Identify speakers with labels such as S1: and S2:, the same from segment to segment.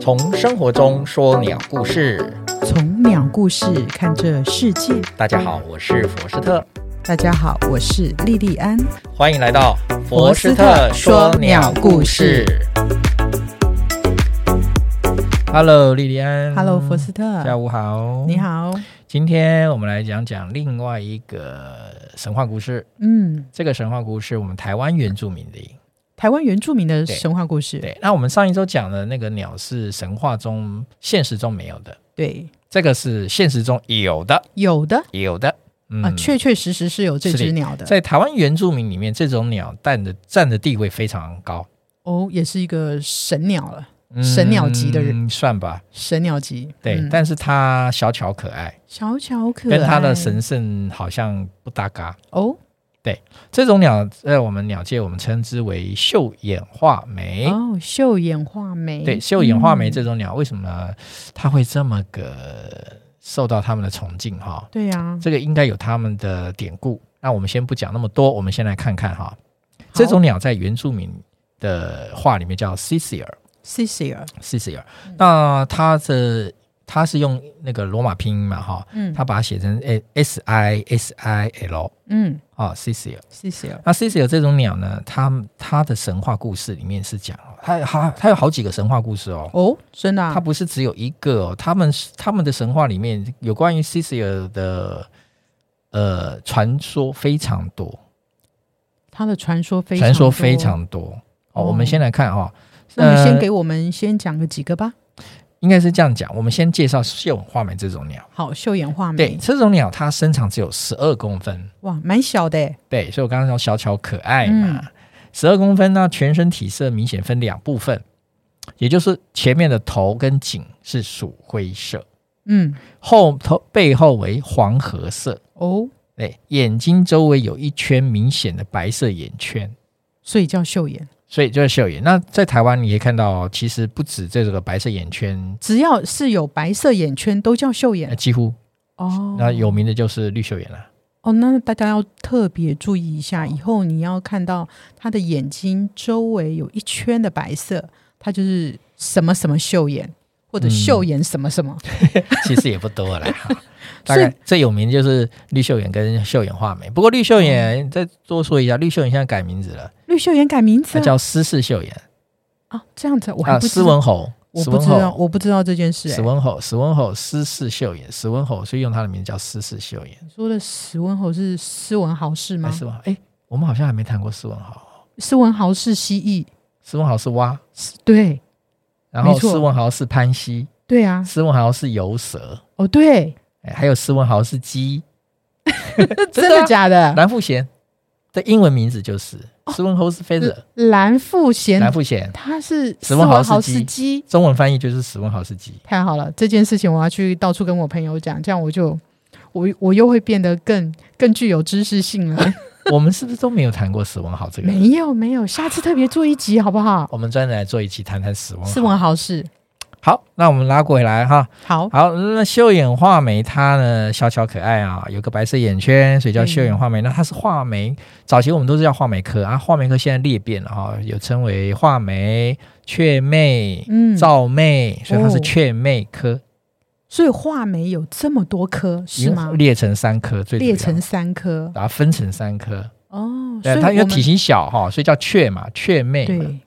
S1: 从生活中说鸟故事。
S2: 从鸟故事看这世界。
S1: 大家好，我是佛斯特，
S2: 大家好，我是莉莉安。
S1: 欢迎来到
S2: 佛斯特说鸟故事。
S1: Hello，莉莉安。
S2: Hello，佛斯特，
S1: 嗯下午好。
S2: 你。好。
S1: 今天我们来讲讲另外一个神话故事。
S2: 嗯，
S1: 这个神话故事我们台湾原住民的。
S2: 台湾原住民的
S1: 对
S2: 神话故事。
S1: 对，那我们上一周讲的那个鸟是神话中、现实中没有的，
S2: 对，
S1: 这个是现实中有的，
S2: 有的
S1: 有的。嗯
S2: 啊，确确实实是有这
S1: 是的
S2: 只鸟的。
S1: 在台湾原住民里面，这种鸟蛋的占的地位非常高，
S2: 哦，也是一个神鸟了，神鸟级的人
S1: 嗯、算吧。
S2: 神鸟级。
S1: 对，
S2: 嗯
S1: 但是它小巧可爱，
S2: 小巧可爱，
S1: 跟它的神圣好像不搭嘎。
S2: 哦
S1: 这种鸟在我们鸟界，我们称之为绣眼画眉。
S2: 哦，绣眼画眉。
S1: 对，绣眼画眉
S2: 嗯
S1: 这种鸟，为什么它会这么个受到他们的崇敬？哈，
S2: 对啊呀，
S1: 这个应该有他们的典故。那我们先不讲那么多，我们先来看看哈，这种鸟在原住民的话里面叫 c i c i r
S2: 谢谢啊尔，
S1: c i c i r
S2: 嗯
S1: 那它的它是用那个罗马拼音嘛哈，
S2: 嗯，
S1: 它把它写成 S I S I L
S2: 嗯，
S1: 啊 c i c i r
S2: 谢谢啊尔，
S1: 那 c i c i r 这种鸟呢，它它的神话故事里面是讲，它它它有好几个神话故事哦。
S2: 哦，真的啊
S1: 它不是只有一个、哦，他们他们的神话里面有关于 c i c i r 的呃传说非常多，
S2: 它的传说非常
S1: 传说
S2: 多
S1: 非。常多。哦，我们
S2: 哦
S1: 先来看哦，
S2: 那你先
S1: 呃
S2: 给我们先讲个几个吧。
S1: 应该是这样讲，我们先介绍绣花眉这种鸟。
S2: 好，绣眼画
S1: 对，
S2: 眉，
S1: 这种鸟它身长只有十二公分，
S2: 哇，蛮小的欸，
S1: 对，所以我刚刚说小巧可爱嘛，十二、公分呢，全身体色明显分两部分，也就是前面的头跟颈是属灰色，
S2: 嗯，
S1: 后头背后为黄褐色，
S2: 哦，
S1: 对，眼睛周围有一圈明显的白色眼圈。
S2: 所以叫绣眼。
S1: 所以就是秀眼。那在台湾你可以看到，哦其实不止这个白色眼圈，
S2: 只要是有白色眼圈，都叫绣
S1: 呃
S2: 眼
S1: 几乎
S2: 哦。
S1: 那有名的就是绿秀眼了。
S2: 哦，那大家要特别注意一
S1: 哦
S2: 下，以后你要看到他的眼睛周围有一圈的白色，它就是什么什么绣眼，或者
S1: 嗯
S2: 绣眼什么什么。
S1: 其实也不多 啦。哈大概最有名就是绿秀眼跟秀眼画眉，不过绿秀
S2: 哦
S1: 眼再多说一下，绿秀眼现在改名字了，
S2: 绿绣眼改名字
S1: 它
S2: 啊
S1: 叫施氏秀眼
S2: 啊，这样子我还
S1: 啊，
S2: 不知
S1: 施
S2: 道，
S1: 文侯，
S2: 我
S1: 史
S2: 不
S1: 文
S2: 知道，
S1: 侯，
S2: 我不知道这件事欸。
S1: 史文侯，史文侯，施氏秀眼，史文侯，所以用他的名字叫施氏秀眼。
S2: 你说的史文侯是斯文豪氏吗
S1: 哎，？施文，哎，我们好像还没谈过施文侯，
S2: 斯文豪是蜥蜴，
S1: 施文侯是蛙，
S2: 是对
S1: 然后
S2: 没错
S1: 施文侯是潘溪，
S2: 对啊，
S1: 施文侯是游蛇，
S2: 哦对，
S1: 哎，还有施文豪是鸡，
S2: 真
S1: 的啊
S2: 的假的？
S1: 蓝富贤的英文名字就是
S2: 哦
S1: 施文侯是 f a t h e r
S2: 蓝富
S1: 蓝
S2: 贤，
S1: 富贤，
S2: 他是
S1: 史文豪
S2: 斯文豪
S1: 是鸡
S2: 斯基，
S1: 中文翻译就是史文豪是鸡。
S2: 太好了，这件事情我要去到处跟我朋友讲，这样我就我我又会变得更更具有知识性了。
S1: 我们是不是都没有谈过史文豪这个人？
S2: 没有没有，下次特别做一集好不好？
S1: 我们专门来做一期谈谈史文豪。
S2: 斯文豪是
S1: 好，那我们拉回来哈。
S2: 好，
S1: 好，那秀眼画眉它呢，小巧可爱啊，有个白色眼圈，所以叫秀眼画眉。那它是画眉，早期我们都是叫画眉科啊，画眉科现在裂变了哈，有称为画眉、雀妹、
S2: 嗯，
S1: 赵妹，所以它是
S2: 哦
S1: 雀妹科，
S2: 所以画眉有这么多颗
S1: 已
S2: 是
S1: 经
S2: 吗？
S1: 裂成三科，最主要
S2: 列成三颗
S1: 把它分成三科。
S2: 哦，所
S1: 对，
S2: 以
S1: 它因为
S2: 我们
S1: 体型小哈，所以叫雀嘛，雀妹嘛。
S2: 对，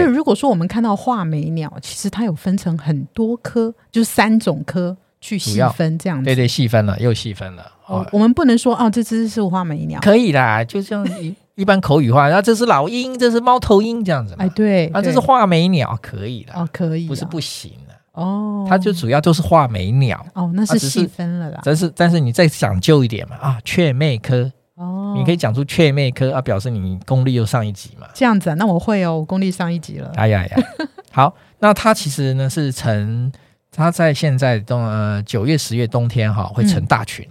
S2: 所以如果说我们看到画眉鸟，其实它有分成很多科，就是三种科去
S1: 主
S2: 细
S1: 要
S2: 分这样子。
S1: 对对，细分了，又细分了。
S2: 哦
S1: 哦，，
S2: 我们不能说啊，这只是画眉鸟。
S1: 可以啦，就像一一般口语化，然后啊这是老鹰，这是猫头鹰这样子嘛。
S2: 哎，对
S1: 啊，这
S2: 对
S1: 是画眉鸟，可以啦，
S2: 哦，可以啊，
S1: 不是不行的。
S2: 哦，
S1: 它就主要都是画眉鸟，
S2: 哦，那
S1: 啊
S2: 是
S1: 只是
S2: 细分了啦。
S1: 但是但是你再讲究一点嘛，啊，雀妹科，
S2: 哦，
S1: 你可以讲出雀妹科啊，表示你功力又上一级嘛。
S2: 这样子啊，那我会哦，我功力上一级了。
S1: 哎呀呀， 好，那它其实呢是成，它在现在冬呃九月十月冬天哈会成
S2: 嗯
S1: 大群，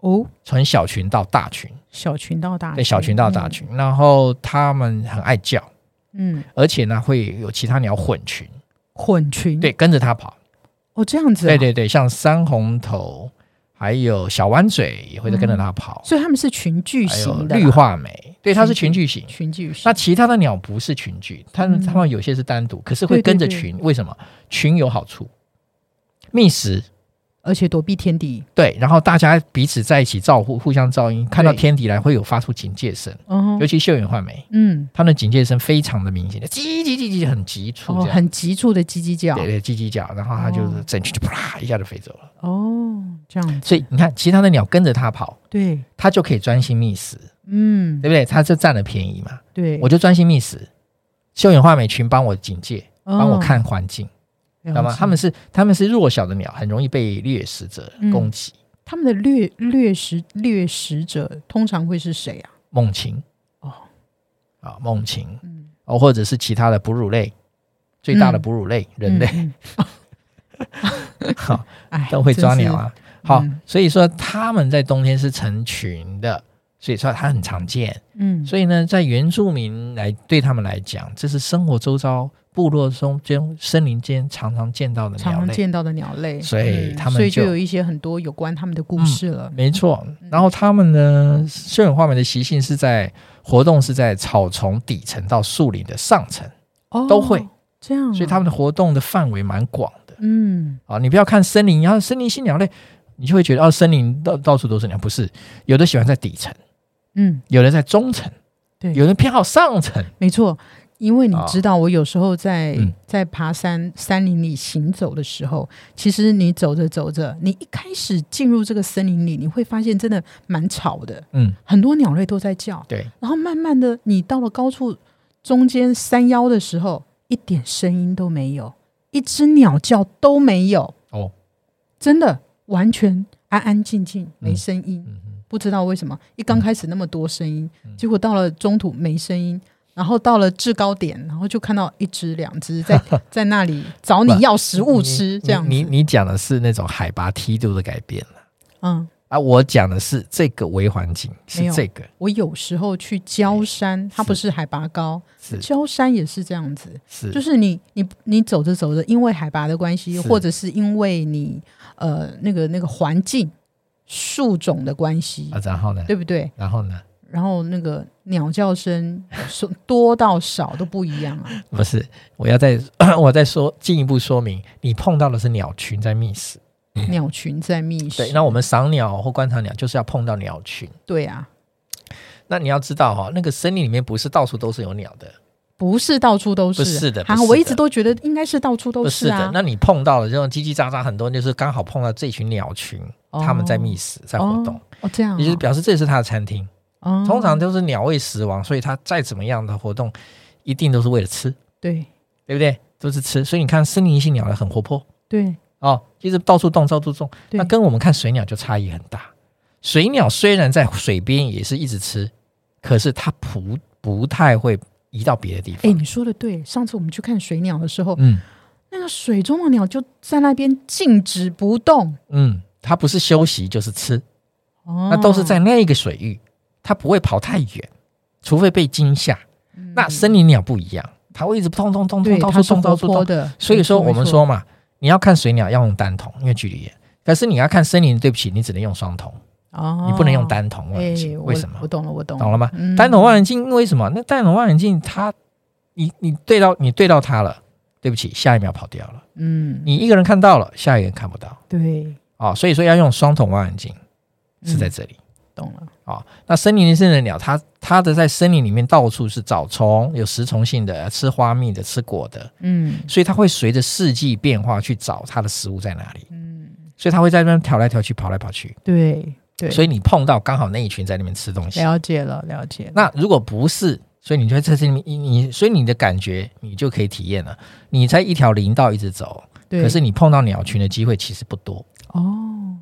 S2: 哦，
S1: 从小群到大群，
S2: 小群到大群，
S1: 对，小群到大群，然后它们很爱叫，
S2: 嗯，嗯，
S1: 而且呢会有其他鸟混群，
S2: 混群，
S1: 对，，跟着它跑，
S2: 哦，这样子，
S1: 对，对对，像三红头，还有小弯嘴也会在跟着它跑，
S2: 所以他们是群聚
S1: 还有
S2: 型的啦，
S1: 哎绿画眉，对，它是群聚型。
S2: 群聚型
S1: 那，其他的鸟不是群聚，它们
S2: 嗯
S1: 它们有些是单独，可是
S2: 对
S1: 会
S2: 对
S1: 跟着
S2: 对
S1: 群。为什么？群有好处，觅食
S2: 而且躲避天敌。
S1: 对，然后大家彼此在一起照互互相照应，看到
S2: 对
S1: 天敌来会有发出警戒声，
S2: 哦
S1: 尤，其秀眼画眉，
S2: 嗯，
S1: 它的警戒声非常的明显，叽叽叽叽很急促
S2: 哦，
S1: 这样。
S2: 很急促的叽叽叫。
S1: 对对，叽叽叫，然后它就是
S2: 哦
S1: 整群就啪一下就飞走了。
S2: 哦，这样子。
S1: 所以你看，其他的鸟跟着它跑，
S2: 对，
S1: 它就可以专心觅食，
S2: 嗯
S1: 对，不对？它就占了便宜嘛，
S2: 对，
S1: 我就专心觅食。秀眼画眉群帮我警戒，帮我
S2: 哦，
S1: 看环境。
S2: 知
S1: 知道吗？他们是他们是弱小的鸟，很容易被掠食者
S2: 嗯
S1: 攻击。
S2: 他们的掠掠食掠食者通常会是谁啊？
S1: 猛禽
S2: 哦，
S1: 啊，猛禽
S2: 嗯，
S1: 哦，或者是其他的哺乳类，最大的
S2: 嗯
S1: 哺乳类，人类
S2: 嗯， 嗯
S1: 好
S2: 哎
S1: 都会抓鸟。
S2: 真是
S1: 啊。好
S2: 嗯，
S1: 所以说他们在冬天是成群的，所以说它很常见。
S2: 嗯，
S1: 所以呢，在原住民来对他们来讲，这是生活周遭部落中间森林间常常见到的
S2: 常
S1: 鸟
S2: 常
S1: 类。
S2: 见到的鸟类，
S1: 所以
S2: 嗯
S1: 他们
S2: 所以就
S1: 就
S2: 有一些很多有关他们的故
S1: 嗯
S2: 事了。
S1: 没错，
S2: 嗯
S1: 然后它们呢，秀眼画眉的习性是在活动是在草丛底层到树林的上层，
S2: 哦，
S1: 嗯都会
S2: 这样啊，
S1: 所以它们的活动的范围蛮广的
S2: 嗯
S1: 啊。你不要看森林，然后森林性鸟类，你就会觉得哦，森林到到处都是鸟，不是？有的喜欢在底层，
S2: 嗯，
S1: 有的在中层，
S2: 对
S1: 有人偏好上层，
S2: 没错。因为你
S1: 啊
S2: 知道，我有时候在、
S1: 嗯
S2: 在爬山山林里行走的时候，其实你走着走着，你一开始进入这个森林里，你会发现真的蛮吵的，
S1: 嗯，
S2: 很多鸟类都在叫。
S1: 对，
S2: 然后慢慢的，你到了高处中间山腰的时候，一点声音都没有，一只鸟叫都没有。
S1: 哦，
S2: 真的完全安安静静，没声音。
S1: 嗯哼
S2: 不知道为什么，一刚开始那么多声音，
S1: 嗯
S2: 结果到了中途没声音，然后到了制高点，然后就看到一只、两 只在在那里找你
S1: 不
S2: 要食物吃，
S1: 你
S2: 这样子。
S1: 你你你讲的是那种海拔梯度的改变了
S2: 嗯，
S1: 啊，我讲的是这个微环境，
S2: 没
S1: 是
S2: 有
S1: 这个
S2: 我有时候去焦山，它不是海拔高，
S1: 是
S2: 焦山也是这样子。
S1: 是
S2: 就是你你你走着走着，因为海拔的关系，
S1: 是
S2: 或者是因为你呃那个那个环境树种的关系，
S1: 啊，然后呢？
S2: 对不对？
S1: 然后呢？
S2: 然后那个鸟叫声说 多到少都不一样啊。
S1: 不是，我要再我再说进一步说明，你碰到的是鸟群在觅食。
S2: 鸟群在觅食，
S1: 嗯对，那我们赏鸟或观察鸟，就是要碰到鸟群。
S2: 对啊，
S1: 那你要知道哈、那个森林里面不是到处都是有鸟的，
S2: 不是到处都是
S1: 不是的
S2: 啊
S1: 不是！的
S2: 我一直都觉得应该是到处都
S1: 不是的
S2: 啊。。
S1: 那你碰到了这种叽叽喳喳，很多人就是刚好碰到这群鸟群，
S2: 哦
S1: 他们在觅食，在活动，
S2: 哦，这样啊
S1: 也就是表示这也是它的餐厅。
S2: 哦
S1: 通常都是鸟为食亡，所以它再怎么样的活动，一定都是为了吃，
S2: 对
S1: 对不对？都是吃。所以你看森林性鸟类很活泼
S2: 对
S1: 哦，一直到处动，到处动。
S2: 对
S1: 那跟我们看水鸟就差异很大。水鸟虽然在水边也是一直吃，可是它不不太会移到别的地
S2: 哎、
S1: 方。
S2: 你说的对。上次我们去看水鸟的时候，
S1: 嗯
S2: 那个水中的鸟就在那边静止不动，
S1: 嗯，它不是休息就是吃，
S2: 哦，
S1: 那都是在那个水域，它不会跑太远，除非被惊吓。
S2: 嗯
S1: 那森林鸟不一样，它会一直通通通
S2: 对
S1: 通到
S2: 它
S1: 处
S2: 是
S1: 动
S2: 活
S1: 到处
S2: 泼
S1: 动。
S2: 的，
S1: 所以说
S2: 没错
S1: 我们，说嘛，你要看水鸟要用单筒，因为距离远。可是你要看森林，对不起，你只能用双筒，
S2: 没错哦，
S1: 你不能用单筒望
S2: 哎
S1: 远镜。
S2: 我
S1: 为什么
S2: 我？懂了，我懂
S1: 懂了吗？
S2: 嗯
S1: 单筒望远镜因为什么？那单筒望远镜它，你你对到你对到它了，对不起，下一秒跑掉了。
S2: 嗯，
S1: 你一个人看到了，下一个人看不到
S2: 对，
S1: 哦，所以说要用双筒望远镜是在
S2: 嗯
S1: 这里
S2: 懂了，
S1: 哦。那森林性的鸟，它它的在森林里面到处是找虫，有食虫性的，吃花蜜的，吃果的，
S2: 嗯
S1: 所以它会随着四季变化去找它的食物在哪里，
S2: 嗯，
S1: 所以它会在那边跳来跳去，跑来跑去。
S2: 对对，
S1: 所以你碰到刚好那一群在那边吃东西，
S2: 了解了，了解了，
S1: 那如果不是，所以你就在这里面，你你所以你的感觉你就可以体验了。你在一条林道一直走，
S2: 对，
S1: 可是你碰到鸟群的机会其实不多。
S2: 哦，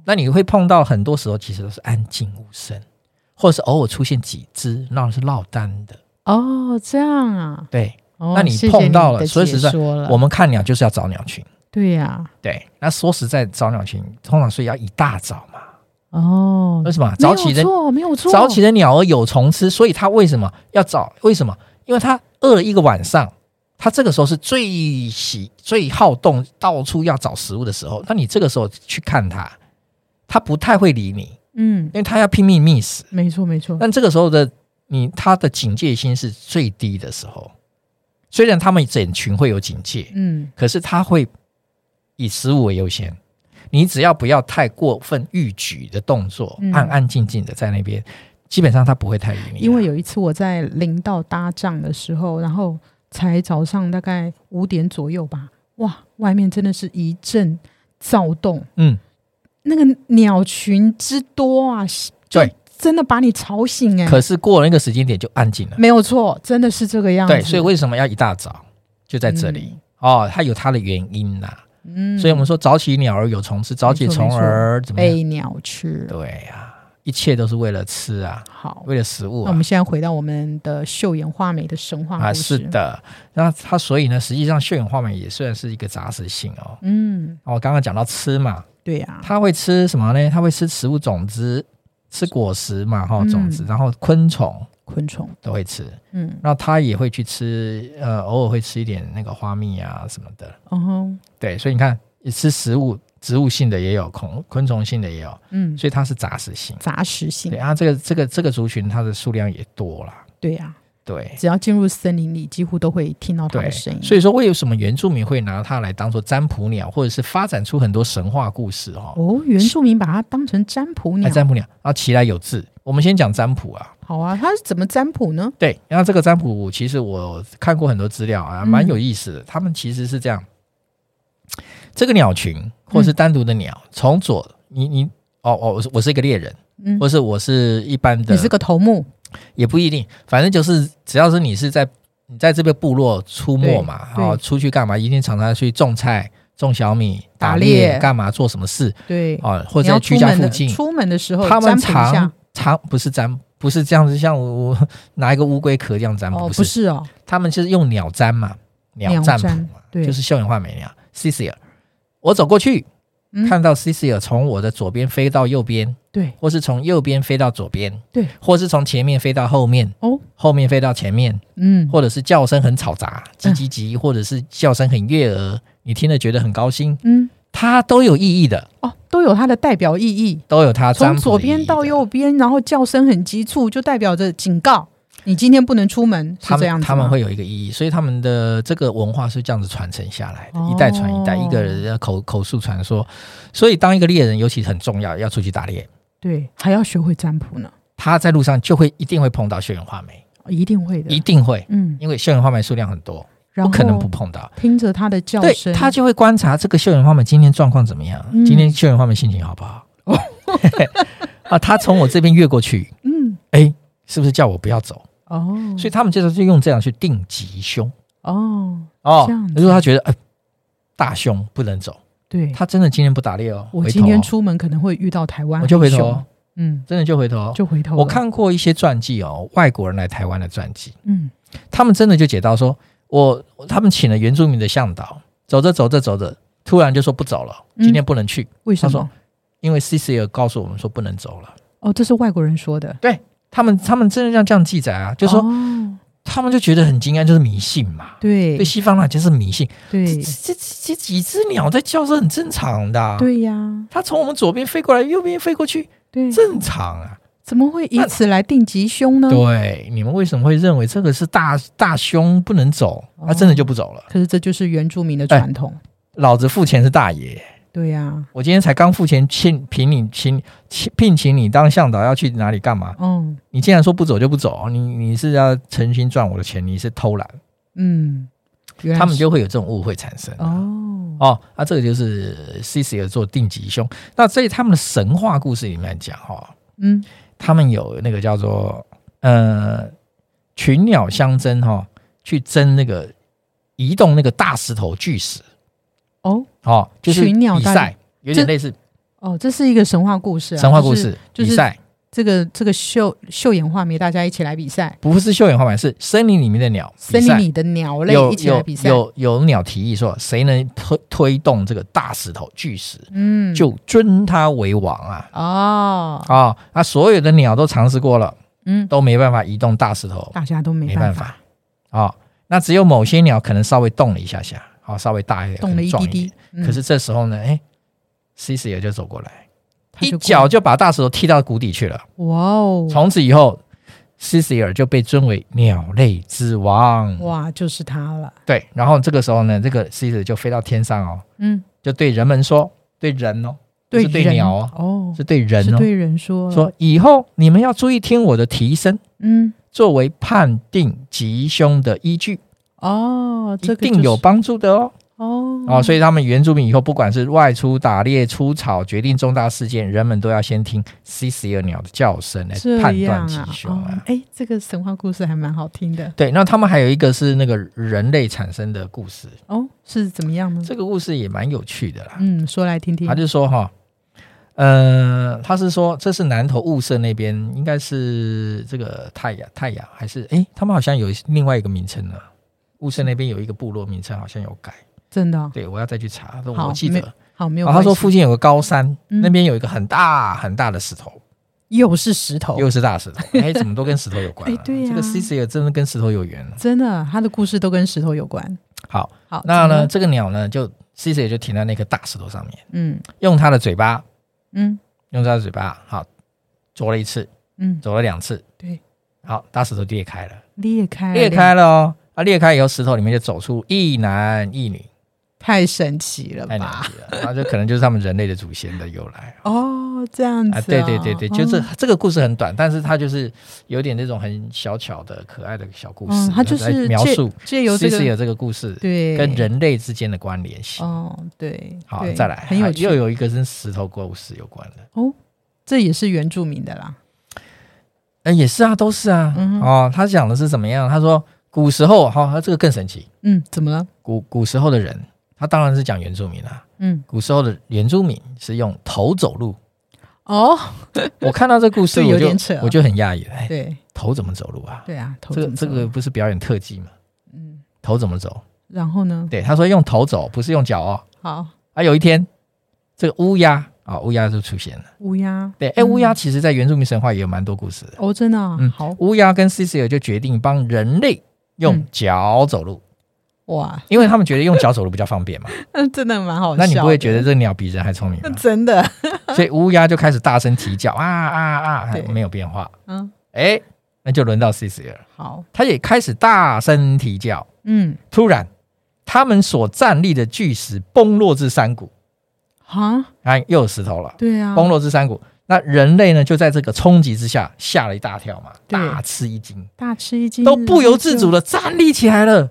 S1: 那你会碰到很多时候其实都是安静无声，或者是偶尔出现几只，那是落单的。
S2: 哦，这样啊，
S1: 对，
S2: 哦
S1: 那你
S2: 谢谢
S1: 碰到了
S2: 你的
S1: 说实
S2: 解
S1: 在
S2: 说了
S1: 我们看鸟就是要找鸟群。
S2: 对呀，
S1: 对，那说实在，找鸟群通常是要一大早嘛。
S2: 哦
S1: 为，什么？
S2: 没
S1: 早
S2: 有
S1: 起的
S2: 错，没有错，
S1: 早起的鸟儿有虫吃，所以它为什么要找？为什么？因为它饿了一个晚上，它这个时候是最喜、最好动、到处要找食物的时候。那你这个时候去看它，它不太会理你，
S2: 嗯
S1: 因，为它要拼命觅食。
S2: 没错没错，
S1: 但这个时候的你他的警戒心是最低的时候。虽然他们整群会有警戒，
S2: 嗯
S1: 可是他会以食物为优先。你只要不要太过分逾矩的动作，
S2: 嗯
S1: 安安静静的在那边，基本上他不会太理你。啊
S2: 因为有一次我在林道搭帐的时候，然后才早上大概五点左右吧，哇，外面真的是一阵躁动，
S1: 嗯，
S2: 那个鸟群之多啊，就
S1: 对
S2: 真的把你吵醒哎、
S1: 可是过了那个时间点就安静了。
S2: 没有错，真的是这个样子。嗯
S1: 对，所以为什么要一大早就在这里？哦，它有它的原因呐、
S2: 嗯，嗯
S1: 所以我们说早起鸟儿有虫吃，早起虫儿怎么样？
S2: 被鸟吃。
S1: 对呀、一切都是为了吃啊，
S2: 好，
S1: 为了食物
S2: 那
S1: 啊
S2: 我。们现在回到我们的秀妍画眉的神话
S1: 啊，
S2: 故事。
S1: 是，的，那它所以呢，实际上血眼画眉也虽然是一个杂食性哦。
S2: 嗯，
S1: 哦我刚刚讲到吃嘛，
S2: 对啊呀、
S1: 它会吃什么呢？它会吃食物种子，吃果实嘛，哈、
S2: 嗯
S1: 种子，然后昆虫
S2: 昆虫，
S1: 都会吃。
S2: 嗯，
S1: 那它也会去吃，呃，偶尔会吃一点那个花蜜啊什么的。
S2: 然后，
S1: 对，所以你看，也吃食物，植物性的也有，昆昆虫性的也有，
S2: 嗯，
S1: 所以它是杂食性。
S2: 杂食性
S1: 对，啊，这个这个这个族群它的数量也多啦。
S2: 对呀、
S1: 对
S2: 只要进入森林里，几乎都会听到它
S1: 对啊
S2: 的声，音。
S1: 所以说为什么原住民会拿它来当做占卜鸟，或者是发展出很多神话故事哦？
S2: 哦，原住民把它当成占卜
S1: 那
S2: 鸟，
S1: 占卜鸟，然后其来有志。我们先讲占卜啊，
S2: 好啊，它是怎么占卜呢？
S1: 对，然后这个占卜其实我看过很多资料啊，
S2: 嗯
S1: 蛮有意思的。他们其实是这样，这个鸟群或
S2: 嗯
S1: 是单独的鸟，从左，你你哦哦，我是我是一个猎人，
S2: 嗯，
S1: 或是我是一般的，
S2: 你是个头目，
S1: 也不一定，反正就是只要是你是在你在这个部落出没嘛，
S2: 对
S1: 然后出去干嘛，一定常常去种菜、种小米、
S2: 打
S1: 打
S2: 猎
S1: 猎干嘛，做什么事
S2: 对，
S1: 啊，或
S2: 你
S1: 者在
S2: 要
S1: 居
S2: 出
S1: 家
S2: 门
S1: 附
S2: 的
S1: 近，
S2: 出门的时候，
S1: 他们
S2: 占卜一
S1: 常
S2: 下。
S1: 常不是占不是这样子，像我我拿一个乌龟壳这样占卜，
S2: 哦，
S1: 不
S2: 不
S1: 是
S2: 是哦，
S1: 他们就是用鸟占嘛，鸟
S2: 鸟
S1: 占卜
S2: 占
S1: 嘛，
S2: 对
S1: 就是秀眼画眉鸟 c c i 我走过去，
S2: 嗯
S1: 看到 c c i 从我的左边飞到右边，
S2: 对，
S1: 或是从右边飞到左边，
S2: 对，
S1: 或是从前面飞到后面，
S2: 哦，
S1: 后面飞到前面，
S2: 嗯，
S1: 或者是叫声很嘈杂，叽叽叽，或者是叫声很悦耳，你听了觉得很高兴，
S2: 嗯，
S1: 它都有意义的，
S2: 哦，都有它的代表意义。
S1: 都有它占
S2: 从
S1: 卜
S2: 左
S1: 的意义
S2: 边
S1: 的
S2: 到右，边，然后叫声很急促，就代表着警告你今天不能出门，是
S1: 他
S2: 这样
S1: 们
S2: 子吗
S1: 他们会有一个意义，所以他们的这个文化是这样子传承下来的，
S2: 哦
S1: 一代传一代，一个人的口口述传说。所以当一个猎人，尤其很重要，要出去打猎，
S2: 对，还要学会占卜呢，
S1: 他在路上就会一定会碰到血缘画眉，
S2: 一定会的
S1: 一。定会，
S2: 嗯，
S1: 因为血缘画眉数量很多，
S2: 然
S1: 不
S2: 后
S1: 可能不碰到。
S2: 听着它的叫
S1: 对
S2: 声，
S1: 他就会观察这个秀妍花们今天状况怎么样，
S2: 嗯
S1: 今天秀妍花们心情好不 好？啊，他从我这边越过去，
S2: 嗯
S1: 哎，是不是叫我不要走？
S2: 哦，
S1: 所以他们就是用这样去定吉凶
S2: 哦，
S1: 哦
S2: 这样。子
S1: 如果他觉得哎、大凶不能走，
S2: 对，
S1: 他真的今天不打猎哦，
S2: 我
S1: 回
S2: 今
S1: 头
S2: 天
S1: 哦
S2: 出门可能会遇到台湾，
S1: 我就回头哦，，
S2: 嗯，
S1: 真的就回头哦。
S2: 就回头了。
S1: 我看过一些传记哦，外国人来台湾的传记，
S2: 嗯，
S1: 他们真的就解到说，我他们请了原住民的向导，走着走着走着，突然就说不走了，
S2: 嗯
S1: 今天不能去。
S2: 为什
S1: 他
S2: 么
S1: 说？因为 C C 有告诉我们说不能走了。
S2: 哦，这是外国人说的，
S1: 他们他们真的这样这样记载啊，就说、
S2: 哦
S1: 他们就觉得很惊讶，就是迷信嘛。
S2: 对
S1: 对西方来讲是迷信，这
S2: 对
S1: 这这这几只鸟在叫是很正常的、啊。，
S2: 对呀，
S1: 它从我们左边飞过来，右边飞过去，
S2: 对，
S1: 正常啊。
S2: 怎么会以
S1: 那
S2: 此来定吉凶呢？
S1: 对，你们为什么会认为这个是大大凶不能走？啊
S2: 哦
S1: 他真的就不走了。
S2: 可是这就是原住民的传统，
S1: 老子付钱是大爷，
S2: 对呀、
S1: 我今天才刚付钱聘聘你请请聘请你当向导要去哪里干嘛？
S2: 嗯
S1: 你既然说不走就不走，你你是要诚心赚我的钱，你是偷懒，
S2: 嗯，原来
S1: 他们
S2: 是
S1: 就会有这种误会产生。哦
S2: 哦，
S1: 哦，啊，这个就是 C C 做定吉凶。那在他们的神话故事里面讲哦，
S2: 嗯
S1: 他们有那个叫做呃群鸟相争哈、哦，去争那个移动那个大石头巨石
S2: 哦
S1: 哦，就是
S2: 群鸟
S1: 比
S2: 大
S1: 赛，有点类似
S2: 哦，这是一个神话故事、啊，
S1: 神话故
S2: 就是
S1: 事、
S2: 就是
S1: 比赛，
S2: 这个这个秀秀眼画眉，大家一起来比赛，
S1: 不是秀眼画板，是森林里面的鸟比
S2: 森林
S1: 赛
S2: 里的鸟类
S1: 有
S2: 一起来
S1: 有
S2: 比赛，
S1: 有有鸟提议说，谁能推推动这个大石头巨石，
S2: 嗯
S1: 就尊他为王啊！
S2: 哦
S1: 啊、那所有的鸟都尝试过了，
S2: 嗯，
S1: 都没办法移动大石头，
S2: 大家都没
S1: 没
S2: 办
S1: 办法啊、那只有某些鸟可能稍微动了一下下，啊、稍微大一点，
S2: 动了
S1: 可能
S2: 一
S1: 壮
S2: 滴
S1: 一点
S2: 滴。，嗯
S1: 可是这时候呢，哎，C C 也就走过来，
S2: 他
S1: 一
S2: 就过
S1: 脚就把大石头踢到谷底去了。
S2: 哇哦，
S1: 从此以后西西尔就被尊为鸟类之王。
S2: 哇，就是它了。
S1: 对，然后这个时候呢，这个西西尔就飞到天上哦，
S2: 嗯，
S1: 就对人们说，对人哦，不是
S2: 人
S1: 对鸟哦，
S2: 哦，
S1: 是对人
S2: 是
S1: 哦，
S2: 对人说
S1: 说以后你们要注意听我的提升，
S2: 嗯
S1: 作为判定吉凶的依据，
S2: 哦，这
S1: 一
S2: 个、就是、
S1: 定有帮助的哦。
S2: 哦
S1: 哦，所以他们原住民以后不管是外出打猎、出草、决定重大事件，人们都要先听 C C 二鸟的叫声来
S2: 这
S1: 判断
S2: 样
S1: 吉
S2: 啊，
S1: 凶
S2: 哦
S1: 啊。
S2: 哎、这个神话故事还蛮好听的
S1: 对，那他们还有一个是那个人类产生的故事，
S2: 哦，是怎么样呢？
S1: 这个啊故事也蛮有趣的啦。
S2: 嗯，说来听听
S1: 他。就说哈，呃，他是说这是南投雾社那边，应该是这个泰雅泰雅还是诶，他们好像有另外一个名称呢、啊。雾社那边有一个部落名称好像有改，
S2: 真的哦、
S1: 对我要再去查，
S2: 好
S1: 我记得
S2: 没。好，没有
S1: 哦，
S2: 关系、
S1: 他说附近有个高山，
S2: 嗯
S1: 那边有一个很大很大的石头，
S2: 又是石头，
S1: 又是大石头， 哎，怎么都跟石头有关、啊？
S2: 哦哎对呀
S1: 这个 C C 也真的跟石头有缘了。啊
S2: 真的，他的故事都跟石头有关。
S1: 好，
S2: 好，
S1: 那
S2: 哦怎么
S1: 呢，
S2: 了？
S1: 这个鸟呢，就 C C 就停在那个大石头上面，
S2: 嗯
S1: 用它的嘴巴，
S2: 嗯
S1: 用它的嘴巴，好，啄了一次，
S2: 嗯，
S1: 走了两次，
S2: 对，哎
S1: 好，大石头裂开了，
S2: 裂开，
S1: 裂，开了哦。啊，裂开以后，石头里面就走出一男一女，
S2: 太神奇了
S1: 太牛
S2: 吧？
S1: 逼了，然后这可能就是他们人类的祖先的由来
S2: 哦，这样子、
S1: 啊！对对对对，
S2: 哦
S1: 就这、这个故事很短，但是它就是有点那种很小巧的可爱的小故事，
S2: 嗯，他就
S1: 在
S2: 是
S1: 描
S2: 借
S1: 述
S2: 借由这
S1: 其实有
S2: 个
S1: 这个故事
S2: 对
S1: 跟人类之间的关联性。
S2: 哦，对，
S1: 好，
S2: 对
S1: 再来，
S2: 很有
S1: 还
S2: 趣
S1: 又，有一个跟石头故事有关的，
S2: 这也是原住民的啦。
S1: 哎，也是啊，都是啊。
S2: 嗯哼
S1: 哦，他讲的是怎么样？他说古时候，哈、他这个更神奇。
S2: 嗯，怎么了？
S1: 古古时候的人，他当然是讲原住民啦、
S2: 嗯，
S1: 古时候的原住民是用头走路。
S2: 哦，
S1: 我看到这 故事，
S2: 这有
S1: 我就
S2: 点扯啊
S1: 我就很讶异了，哎，
S2: 对
S1: 头怎么走路啊？
S2: 对啊，头
S1: 这
S2: 怎
S1: 个
S2: 么
S1: 这
S2: 走
S1: 个，不是表演特技吗？
S2: 嗯，
S1: 头怎么走？
S2: 然后呢？
S1: 对，他说用头走，不是用脚哦。
S2: 好，
S1: 啊，有一天，这个乌鸦啊、乌鸦就出现了。
S2: 乌鸦，
S1: 对，哎，
S2: 嗯
S1: 乌鸦其实在原住民神话也有蛮多故事的。
S2: 哦，真的啊
S1: 嗯，
S2: 好
S1: 乌鸦跟 c c 尔就决定帮人类用
S2: 嗯
S1: 脚走路，
S2: 哇，
S1: 因为他们觉得用脚走路比较方便嘛。
S2: 那 真的蛮 好笑的。
S1: 那你不会觉得这鸟比人还聪明吗
S2: 那？ 真的？
S1: 所以乌鸦就开始大声啼叫啊啊啊
S2: 对，
S1: 没有变化。
S2: 嗯，
S1: 哎，那就轮到 C C 了，
S2: 好，
S1: 它也开始大声啼叫。
S2: 嗯，
S1: 突然，他们所站立的巨石崩落至山谷，
S2: 哈，
S1: 啊，又有石头了，
S2: 对啊，
S1: 崩落至山谷。那人类呢，就在这个冲击之下吓了一大跳嘛，
S2: 对嗯
S1: 大吃一惊，
S2: 大吃一惊，
S1: 都不由自主，的站立起来了，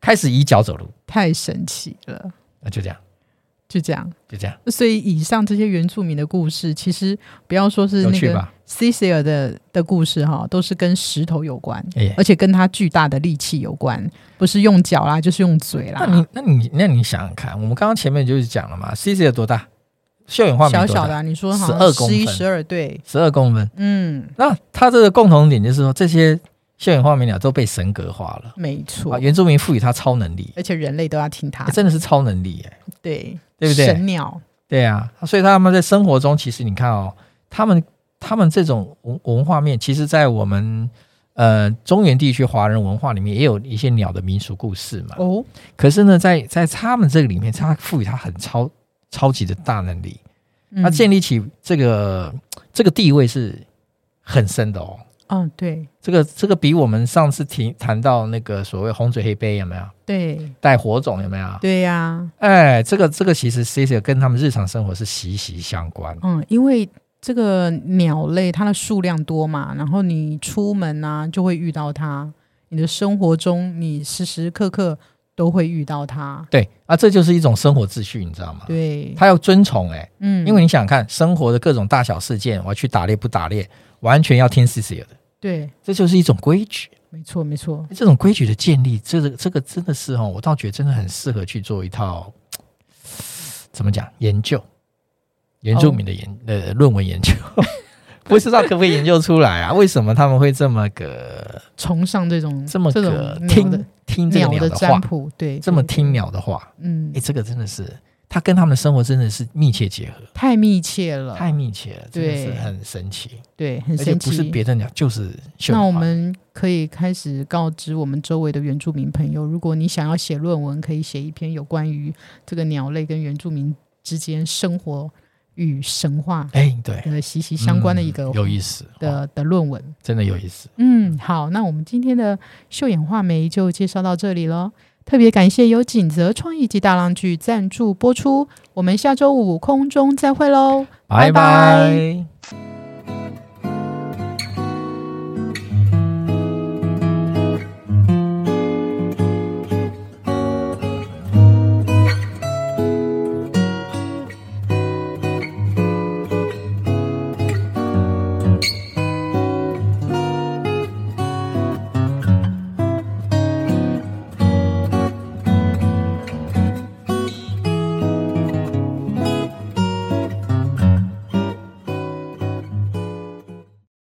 S1: 开始以脚走路。
S2: 太神奇了，
S1: 那就这样，
S2: 就这样。
S1: 就这样，
S2: 所以以上这些原住民的故事，其实不要说是
S1: 有
S2: 那
S1: 趣
S2: 个
S1: 吧？
S2: c c r 的的故事哈，都是跟石头有关。
S1: 哎，
S2: 而且跟他巨大的力气有关，不是用脚啦，就是用嘴啦
S1: 那。你那你那你想想看，我们刚刚前面就是讲了嘛，C C 有多大？秀眼画眉
S2: 小
S1: 多
S2: 小的
S1: 大？
S2: 啊、你说好
S1: 12
S2: 像
S1: 公
S2: 十
S1: 分
S2: 一、十二，对，
S1: 十二公分。
S2: 嗯，
S1: 那它这个共同点就是说，这些秀眼画眉鸟都被神格化了
S2: 没错。
S1: 啊，原住民赋予它超能力，
S2: 而且人类都要听他
S1: 欸、，真的是超能力耶、
S2: 对
S1: 对不对
S2: 神鸟，
S1: 对啊，所以他们在生活中，其实你看哦，他们他们这种文文化面，其实，在我们呃中原地区华人文化里面，也有一些鸟的民俗故事嘛。
S2: 哦，
S1: 可是呢，在在他们这个里面，它赋予它很超超级的大能力，
S2: 嗯
S1: 它建立起这个这个地位是很深的哦。
S2: 嗯，对
S1: 这个这个比我们上次提谈到那个所谓红嘴黑背有没有
S2: 对
S1: 带火种有没有？
S2: 对呀、
S1: 哎，这个这个其实 C C 跟他们日常生活是息息相关。
S2: 嗯，因为这个鸟类它的数量多嘛，然后你出门啊就会遇到它，你的生活中你时时刻刻都会遇到它，
S1: 对啊，这就是一种生活秩序，你知道吗？
S2: 对，
S1: 他要遵从哎、
S2: 嗯，
S1: 因为你想想看，生活的各种大小事件，我要去打猎不打猎，完全要听 C C 的，
S2: 对，
S1: 这就是一种规矩。
S2: 没错没错，
S1: 这种规矩的建立，这个这个真的是哦，我倒觉得真的很适合去做一套怎么讲研究，原住民的研、呃论文研究， 不知道可不可以研究出来啊？为什么他们会这么个
S2: 崇尚这种
S1: 这么
S2: 这
S1: 个
S2: 种鸟的
S1: 听听这个
S2: 鸟
S1: 鸟
S2: 的
S1: 的
S2: 占
S1: 话，
S2: 卜，对，
S1: 这么
S2: 对
S1: 听，鸟的话？
S2: 嗯
S1: 哎，，这个真的是，它跟他们的生活真的是密切结合，
S2: 太密切了，
S1: 太密切了，真的是
S2: 嗯对
S1: 很神奇，
S2: 对，很
S1: 而且
S2: 神
S1: 不是
S2: 奇。
S1: 别的鸟，就是秀
S2: 那
S1: 花
S2: 我们可以开始告知我们周围的原住民朋友，如果你想要写论文，可以写一篇有关于这个鸟类跟原住民之间生活与神话
S1: 哎，对，
S2: 的息息相关的一个
S1: 嗯有意思哇
S2: 的的论文。
S1: 真的有意思。
S2: 嗯，好，那我们今天的秀眼画眉就介绍到这里喽。特别感谢由锦泽创意及大浪剧赞助播出，我们下周五空中再会喽。拜
S1: 拜拜